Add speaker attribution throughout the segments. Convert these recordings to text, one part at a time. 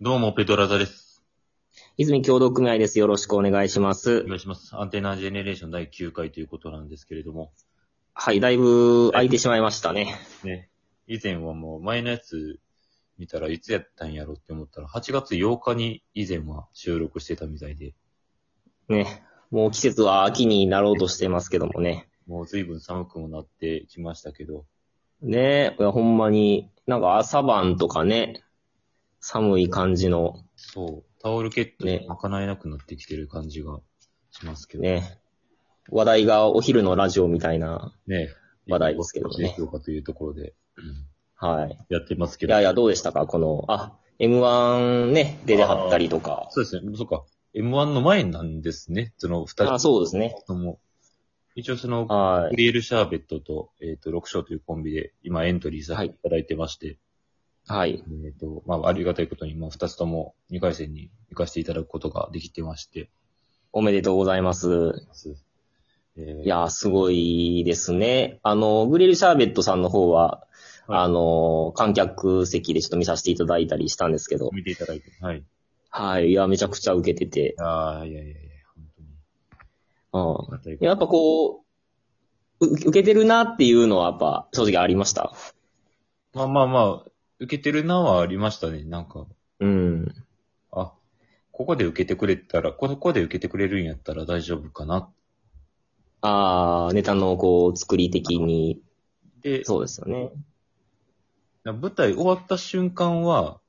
Speaker 1: どうも、ペトラザです。
Speaker 2: 泉協同組合です。よろしくお願いしま
Speaker 1: お
Speaker 2: す。
Speaker 1: 願いします。アンテナジェネレーション第9回ということなんですけれども、
Speaker 2: はい、だいぶ空いてしまいましたね。
Speaker 1: ね、以前はもう前のやつ見たらいつやったんやろって思ったら、8月8日に以前は収録してたみたいで、
Speaker 2: ね。もう季節は秋になろうとしてますけどもね。
Speaker 1: もう随分寒くもなってきましたけど、
Speaker 2: ねえ、いやほんまに、なんか朝晩とかね、寒い感じの
Speaker 1: そう、タオルケット
Speaker 2: ね
Speaker 1: で賄えなくなってきてる感じがしますけど、ね
Speaker 2: ね、話題がお昼のラジオみたいな、
Speaker 1: ね
Speaker 2: 話題ですけどね
Speaker 1: どうしようかというところで、
Speaker 2: はい。
Speaker 1: やってますけ
Speaker 2: い
Speaker 1: ど。
Speaker 2: やいや、どうでしたかこの、あ、M1 ね、出てはったりとか。
Speaker 1: そうですね、そうか、M1 の前なんですね、その2人
Speaker 2: あそうですね。
Speaker 1: とも。一応その、
Speaker 2: は
Speaker 1: ク
Speaker 2: い。
Speaker 1: リエル・シャーベットと、えっ、と、六章というコンビで、今エントリーさせていただいてまして、
Speaker 2: はい。
Speaker 1: えっ、と、まあ、ありがたいことに、まあ、二つとも2回戦に行かせていただくことができてまして、
Speaker 2: おめでとうございます。
Speaker 1: えー
Speaker 2: いやー、すごいですね。あの、グリルシャーベットさんの方は、
Speaker 1: はい
Speaker 2: あの、観客席でちょっと見させていただいたりしたんですけど、
Speaker 1: 見ていただいて、はい。い
Speaker 2: はい、いや、めちゃくちゃ受けてて、
Speaker 1: やーいやいやいや、本当にあり。
Speaker 2: うん
Speaker 1: がたい
Speaker 2: いややっぱこう、う受けてるなっていうのはやっぱ正直ありました。
Speaker 1: まあまあまあ、受けてるなはありましたね、なんか、
Speaker 2: うん。
Speaker 1: あ、ここで受けてくれたら、ここで受けてくれるんやったら大丈夫かな。
Speaker 2: ああ、ネタのこう、作り的に、
Speaker 1: で、
Speaker 2: そうですよね。
Speaker 1: 舞台終わった瞬間は、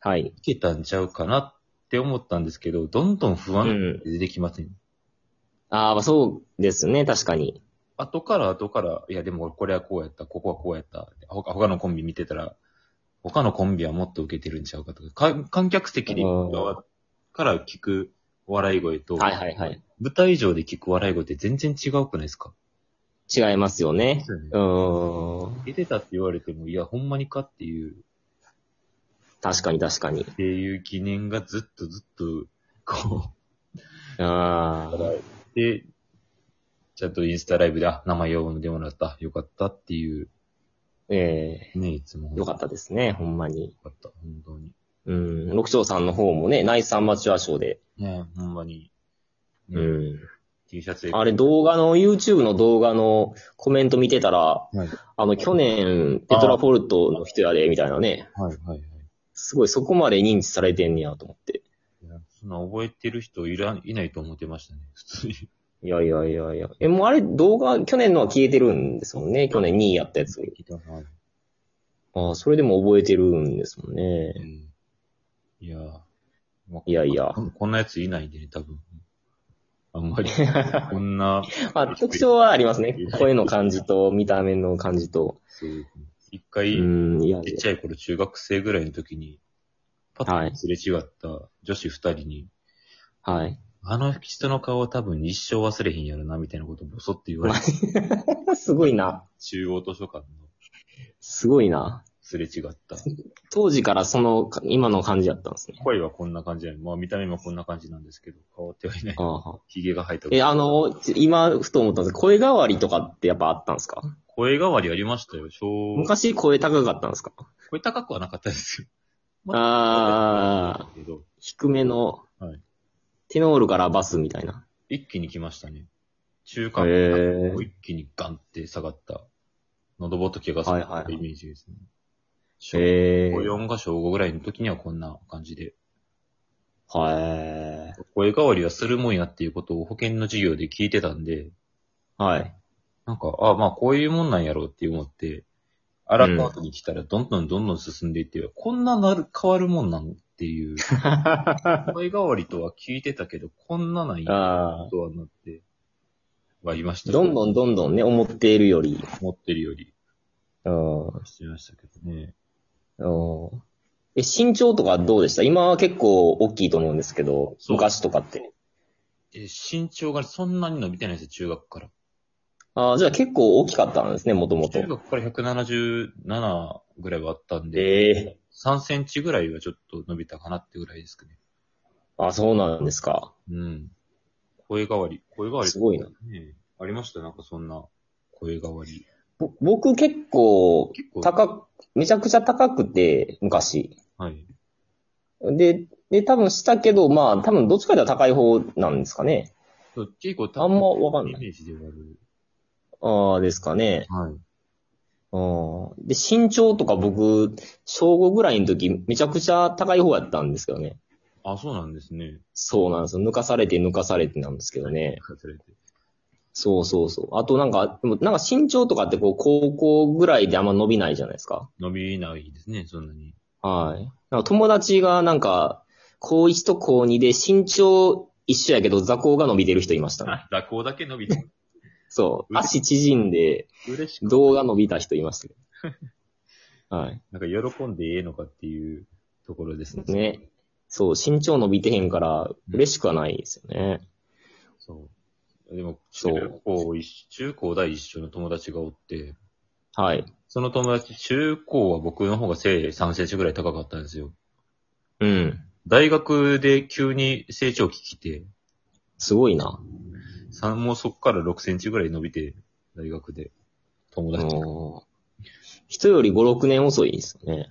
Speaker 2: はい。
Speaker 1: いけたんちゃうかなって思ったんですけど、どんどん不
Speaker 2: う
Speaker 1: 安
Speaker 2: ん。
Speaker 1: 出てきません。
Speaker 2: ああ、まあそうですね、確かに。
Speaker 1: 後から後から、いやでもこれはこうやった、ここはこうやった、他他のコンビ見てたら、他のコンビはもっと受けてるんちゃうかとか、か観客席で
Speaker 2: うん
Speaker 1: から聞く笑い声と、
Speaker 2: はいはいはい。
Speaker 1: 舞台上で聞く笑い声って全然違うくないですか
Speaker 2: 違いますよね。
Speaker 1: そうよね
Speaker 2: うーん。
Speaker 1: 出てたって言われても、いや、ほんまにかっていう、
Speaker 2: 確かに確かに。
Speaker 1: っていう疑念がずっとずっと、こ
Speaker 2: あ
Speaker 1: う、
Speaker 2: あ。
Speaker 1: で、ちゃんとインスタライブで、あ、名前呼んでもらった、よかったっていう、
Speaker 2: ええ
Speaker 1: ね、いつも。
Speaker 2: よかったですね、ほんまに。
Speaker 1: よかった、本当に。
Speaker 2: うん。六条さんの方もね、ナイスアマチュア賞で。
Speaker 1: ねほんまに。
Speaker 2: う
Speaker 1: ね
Speaker 2: ん。
Speaker 1: T シャツで。
Speaker 2: あれ動画の、YouTube の動画のコメント見てたら、
Speaker 1: はい。
Speaker 2: あの、去年、ペトラフォルトの人やで、みたいなね。
Speaker 1: はい、はい、はい。
Speaker 2: すごい、そこまで認知されてんねやと思って。
Speaker 1: いやそんな覚えてる人いらん、いないと思ってましたね、 普通に。
Speaker 2: いやいやいやいや。え、もうあれ動画、去年のは消えてるんですもんね。去年2位やったやつ。
Speaker 1: 聞いたな。う
Speaker 2: ああ、それでも覚えてるんですもんね。
Speaker 1: ん。いやーまあ
Speaker 2: いやいや
Speaker 1: こんこんなやついないんでね、多分。あんま り。こんな、
Speaker 2: まあ、特徴はありますね。声の感じと、見た目の感じと。
Speaker 1: そう一
Speaker 2: う
Speaker 1: 回、
Speaker 2: ん、いやい
Speaker 1: ちっ
Speaker 2: や。
Speaker 1: ちゃい頃、中学生ぐらいの時に、パ
Speaker 2: は
Speaker 1: ッ
Speaker 2: い
Speaker 1: とすれ違った女子二人に、
Speaker 2: はい。
Speaker 1: あの人の顔は多分一生忘れへんやろな、みたいなことをボソって言われて、
Speaker 2: すごいな。
Speaker 1: 中央図書館の
Speaker 2: すごいな。
Speaker 1: すれ違った。
Speaker 2: 当時からその、か今の感じだったんですね。
Speaker 1: 声はこんな感じやねまあ見た目もこんな感じなんですけど、変わってはい ない。
Speaker 2: ああ
Speaker 1: 髭が生えた。
Speaker 2: え、あの、ち今、ふと思ったんですけど、声変わりとかってやっぱあったんですか
Speaker 1: 声変わりありましたよ、小
Speaker 2: 昔声高かったんですか
Speaker 1: 声高くはなかったですよ。
Speaker 2: ああ、
Speaker 1: けど、
Speaker 2: 低めの、
Speaker 1: はい
Speaker 2: テノールからバスみたいな。
Speaker 1: 一気に来ましたね。中間
Speaker 2: へー
Speaker 1: 一気にガンって下がった。喉仏が下がったイメージですね。小
Speaker 2: へえ。
Speaker 1: 4か小5ぐらいの時にはこんな感じで。
Speaker 2: はい。
Speaker 1: 声変わりはするもんやっていうことを保険の授業で聞いてたんで、
Speaker 2: はい。
Speaker 1: なんか、あまあこういうもんなんやろうって思って、荒川区に来たらどんどんどんどん進んでいって、こんななる、変わるもんなんって いう、声変わりとは聞いてたけど、こんななんや
Speaker 2: ああ。
Speaker 1: とはなって、はいました。
Speaker 2: どんど
Speaker 1: ん
Speaker 2: んどんどんね、思っているより。
Speaker 1: 持ってるより
Speaker 2: うん。うん
Speaker 1: してましたけどね。
Speaker 2: え、身長とかどうでした今は結構大きいと思うんですけど、
Speaker 1: そう
Speaker 2: 昔とかって。
Speaker 1: え、身長がそんなに伸びてないですよ、中学から。
Speaker 2: ああ、じゃあ結構大きかったんですね、もともと
Speaker 1: 中。学から177ぐらいはあったんで、
Speaker 2: ええ
Speaker 1: 3センチぐらいはちょっと伸びたかなってぐらいですかね。
Speaker 2: あ、そうなんですか。
Speaker 1: うん。声変わり。声変わり、
Speaker 2: すごいな
Speaker 1: ね。ありましたなんかそんな声変わり。
Speaker 2: ぼ僕結構
Speaker 1: 結構、
Speaker 2: 高く、めちゃくちゃ高くて、昔。
Speaker 1: はい。
Speaker 2: で、で、多分したけど、まあ、多分どっちかでは高い方なんですかね。
Speaker 1: そう結構
Speaker 2: あんまわかんない
Speaker 1: イメージではある。
Speaker 2: ああ、ですかね。
Speaker 1: はい。
Speaker 2: うん。で、身長とか僕、小5ぐらいの時、めちゃくちゃ高い方やったんですけどね。
Speaker 1: あ、そうなんですね。
Speaker 2: そうなんですよ。抜かされて抜かされてなんですけどね。
Speaker 1: 忘れて。
Speaker 2: そうそうそう。あとなんか、でもなんか身長とかってこう、高校ぐらいであんま伸びないじゃないですか。
Speaker 1: 伸びないですね、そんなに。
Speaker 2: はい。なんか友達がなんか、高1と高2で身長一緒やけど座高が伸びてる人いましたね。
Speaker 1: あ、蛇行だけ伸びて。
Speaker 2: そう。足縮んで、
Speaker 1: 嬉 しく
Speaker 2: 動画伸びた人いましたけ ど。はい。
Speaker 1: なんか喜んでええのかっていうところですね。
Speaker 2: ね。そう、身長伸びてへんから、嬉しくはないですよね。
Speaker 1: そう。でも、中
Speaker 2: そう
Speaker 1: 高一緒、中高大一緒の友達がおって、
Speaker 2: はい。
Speaker 1: その友達、中高は僕の方が背3センチぐらい高かったんですよ。
Speaker 2: うん。
Speaker 1: 大学で急に成長期来て、
Speaker 2: すごいな。
Speaker 1: 3もうそこから6センチぐらい伸びて、大学で。友達。
Speaker 2: おー人より5、6年遅いですよね。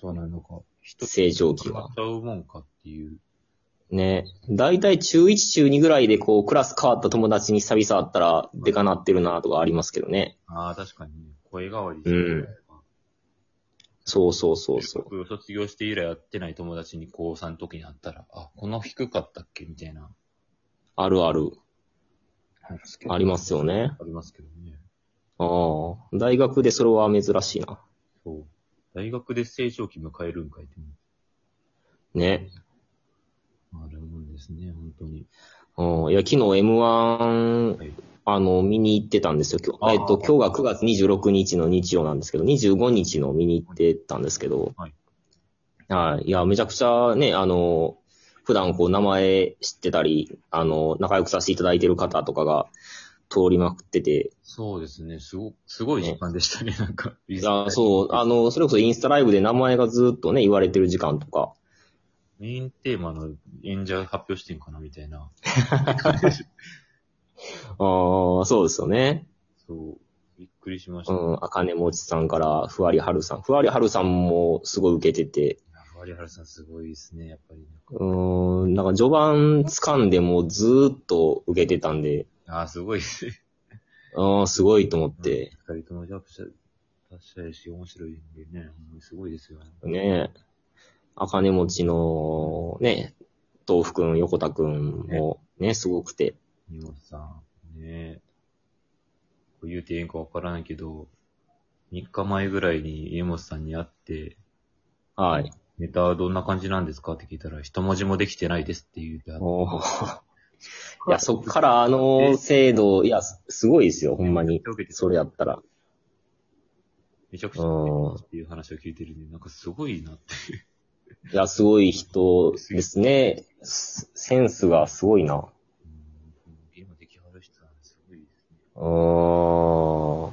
Speaker 1: そうなのか。人
Speaker 2: 成長期は。
Speaker 1: ちゃうもんかっていう。
Speaker 2: ね。だいたい中1、中2ぐらいでこう、クラス変わった友達に久々会ったら、でかなってるなとかありますけどね。
Speaker 1: ああ、確かにね。声変わり
Speaker 2: うんそうそうそうそう。
Speaker 1: 僕を卒業して以来会ってない友達に高3の時に会ったら、あ、この低かったっけみたいな。
Speaker 2: あるある。
Speaker 1: ありますけ
Speaker 2: ありますよね。
Speaker 1: ありますけどね。
Speaker 2: ああ。大学でそれは珍しいな。
Speaker 1: そう。大学で成長期迎えるんかいって
Speaker 2: ね。
Speaker 1: も。あるもんですね、本当に。
Speaker 2: うん。いや、昨日 M1
Speaker 1: はい。
Speaker 2: あの、見に行ってたんですよ、今
Speaker 1: あー
Speaker 2: 日。えっと、今日が9月26日の日曜なんですけど、25日の見に行ってたんですけど、
Speaker 1: はい。
Speaker 2: はい。いや、めちゃくちゃね、あの、普段こう名前知ってたり、あの、仲良くさせていただいてる方とかが通りまくってて、
Speaker 1: そうですね、すご、すごい時間でしたね、なんか。い
Speaker 2: いや、そう、あの、それこそインスタライブで名前がずっとね、言われてる時間とか、
Speaker 1: メインテーマの演者発表してんかな、みたいな。
Speaker 2: ああ、そうですよね。
Speaker 1: そう。びっくりしまし
Speaker 2: う
Speaker 1: た。
Speaker 2: ん、あかねもちさんから、ふわりはるさん。ふわりはるさんもすごい受けてて、
Speaker 1: 有原さんすごいですね、やっぱり。
Speaker 2: うーん、なんか序盤掴んでもうずーっと受けてたんで、
Speaker 1: ああ、すごいですね。
Speaker 2: ああ、すごいと思って、
Speaker 1: 二人ともジャンプした、達者やし、面白いんでね、ほんまにすごいですよね。
Speaker 2: ねえ、あかね持ちの、ね、豆腐くん、横田くんもね、すごくて、
Speaker 1: 荷物さん、ねえ。こう言うてええんかわからないけど、3日前ぐらいに家本さんに会って、
Speaker 2: はい。
Speaker 1: ネタはどんな感じなんですかって聞いたら、一文字もできてないですって言うて、あの
Speaker 2: おーいや、そっからあの制度、いや、すすごいですよ、ほんまに。それやったら。
Speaker 1: めちゃくち
Speaker 2: う
Speaker 1: ゃ
Speaker 2: ん。
Speaker 1: っていう話を聞いてるんで、なんかすごいなって。
Speaker 2: いや、すごい人ですね。すセンスがすごいな。
Speaker 1: うん、ゲームできはる人はすごいですね。
Speaker 2: うーん。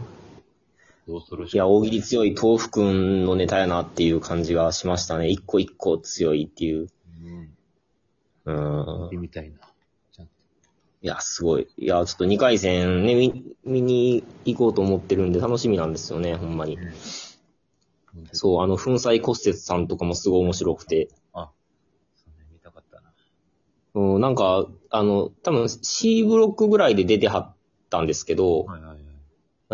Speaker 1: どうするし
Speaker 2: いや、大喜利強い豆腐くんのネタやなっていう感じがしましたね。一個一個強いっていう。
Speaker 1: うん。
Speaker 2: う
Speaker 1: 見
Speaker 2: ん。
Speaker 1: てみたいな。ちゃんと
Speaker 2: いや、すごい。いや、ちょっと2回戦ね、見、見に行こうと思ってるんで楽しみなんですよね、ほんまに。
Speaker 1: ねう。
Speaker 2: そう、あの、粉砕骨折さんとかもすごい面白くて。
Speaker 1: そんなに見たかったな。
Speaker 2: うん、なんか、あの、多分 C ブロックぐらいで出てはったんですけど、
Speaker 1: はいはいはい。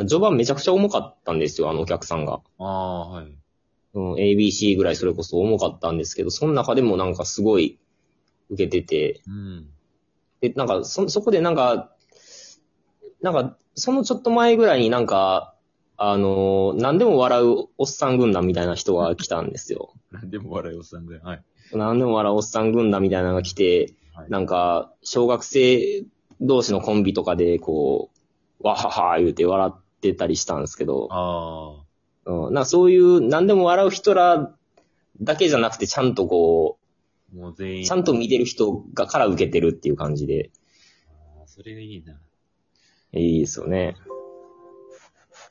Speaker 2: 序盤めちゃくちゃ重かったんですよ、あのお客さんが。
Speaker 1: ああ、はい。
Speaker 2: うん、ABC ぐらいそれこそ重かったんですけど、その中でもなんかすごい受けてて、
Speaker 1: うん。
Speaker 2: で、なんか、そ、そこでなんか、なんか、そのちょっと前ぐらいになんか、あのー何でも笑うおっさん軍団みたいな人が来たんですよ。
Speaker 1: なんでも笑いおっさんぐらい。はい。
Speaker 2: 何でも笑うおっさん軍団みたいなのが来て、
Speaker 1: はい
Speaker 2: なんか、小学生同士のコンビとかで、こう、わはは言うて笑ってたりしたんですけど、
Speaker 1: ああ。
Speaker 2: うん、なんかそういう何でも笑う人らだけじゃなくて、ちゃんとこ
Speaker 1: もう全
Speaker 2: う、
Speaker 1: 員。
Speaker 2: ちゃんと見てる人がから受けてるっていう感じで、
Speaker 1: あーそれがいいな。
Speaker 2: いいですよね。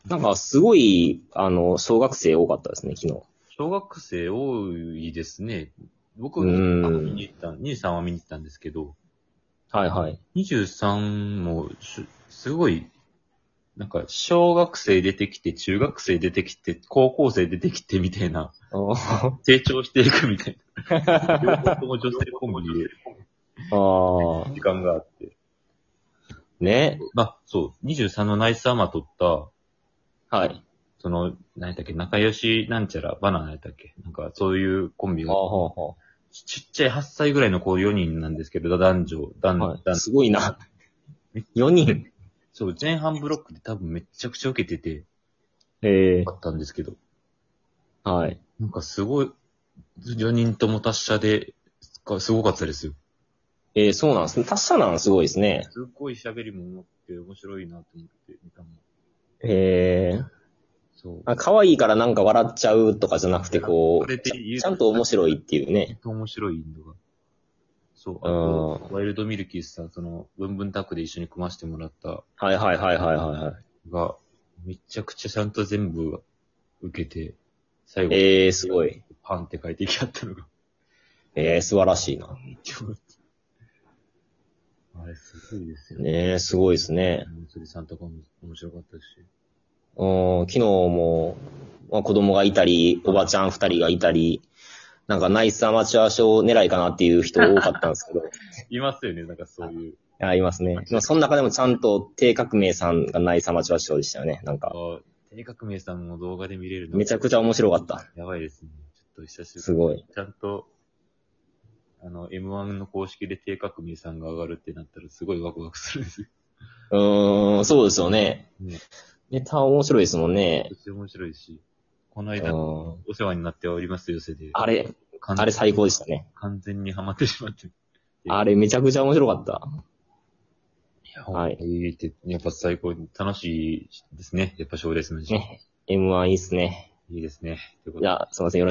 Speaker 2: なんか、すごい、あの、小学生多かったですね、昨日。
Speaker 1: 小学生多いですね。僕、
Speaker 2: うん
Speaker 1: 見に行った、23は見に行ったんですけど、
Speaker 2: はいはい。
Speaker 1: 23もしすごいなんか、小学生出てきて、中学生出てきて、高校生出てきてみたいな、
Speaker 2: おー
Speaker 1: 成長していくみたいな。両方とも女性コンビで
Speaker 2: ああ。
Speaker 1: 時間があって。
Speaker 2: ね。
Speaker 1: まあ、そう、23のナイスアマ撮った、
Speaker 2: はい。
Speaker 1: その、何やったっけ、仲良しなんちゃらバナナやったっけなんか、そういうコンビ
Speaker 2: あー
Speaker 1: が、
Speaker 2: は
Speaker 1: ちちっちゃい8歳ぐらいの子4人なんですけど、男女、男
Speaker 2: ー
Speaker 1: 女、
Speaker 2: はーは
Speaker 1: 男
Speaker 2: い。すごいな。4人。
Speaker 1: そう、前半ブロックで多分めっちゃくちゃ受けてて、
Speaker 2: ええ
Speaker 1: あったんですけど、
Speaker 2: はい。
Speaker 1: なんかすごい、4人とも達者で、かすごかったですよ。
Speaker 2: ええそうなんですね。達者なんすごいですね。
Speaker 1: すっごい喋りも持って面白いなと思って見たの。
Speaker 2: ええ
Speaker 1: そう。
Speaker 2: あ可愛いからなんか笑っちゃうとかじゃなくて、こ、
Speaker 1: そうれで
Speaker 2: ち
Speaker 1: 言う
Speaker 2: ゃちゃんと面白いっていうね。
Speaker 1: 面白いインドが。そう。あ
Speaker 2: あ
Speaker 1: と、
Speaker 2: ー
Speaker 1: ワイルドミルキーさん、その、ブンブンタックで一緒に組ませてもらった
Speaker 2: はいはいはいはいはいはい。
Speaker 1: が、めちゃくちゃちゃんと全部受けて、最後、
Speaker 2: ええすごい。
Speaker 1: パンって書いてきあったのが。
Speaker 2: ええ素晴らしいな。
Speaker 1: あれ、すごいですよね。
Speaker 2: ねえすごいですね。
Speaker 1: モンスリさんとかも面白かったし。
Speaker 2: うん、昨日も、まあ、子供がいたり、おばちゃん二人がいたり、なんかナイスアマチュア賞狙いかなっていう人多かったんです けど、
Speaker 1: いますよね、なんかそういう。
Speaker 2: あいますね。でもその中でもちゃんと低革命さんがナイスアマチュア賞でしたよね。なん
Speaker 1: あ
Speaker 2: か、
Speaker 1: あ、定格名さんも動画で見れるの
Speaker 2: めちゃくちゃ面白かった。
Speaker 1: やばいですね。ちょっと久しぶり。
Speaker 2: すごい。
Speaker 1: ちゃんと、あの、M1 の公式で定格名さんが上がるってなったらすごいワクワクするん ですよ。
Speaker 2: うーん、そうですよね。
Speaker 1: ね、
Speaker 2: ネタ面白いですもんね。
Speaker 1: めっちゃ面白いし、この
Speaker 2: う
Speaker 1: 間、お
Speaker 2: ん、
Speaker 1: 世話になっておりますよ、せで。
Speaker 2: あれ、
Speaker 1: 完
Speaker 2: あれ最高でしたね。
Speaker 1: 完全にハマってしまって。い
Speaker 2: あれめちゃくちゃ面白かった。
Speaker 1: や、
Speaker 2: はい
Speaker 1: いいって、やっぱ最高に楽しいですね。やっぱ賞レースの時間
Speaker 2: ね。M1 いいっすね。
Speaker 1: いいですね。ということで
Speaker 2: じゃあ、すいません。よろしく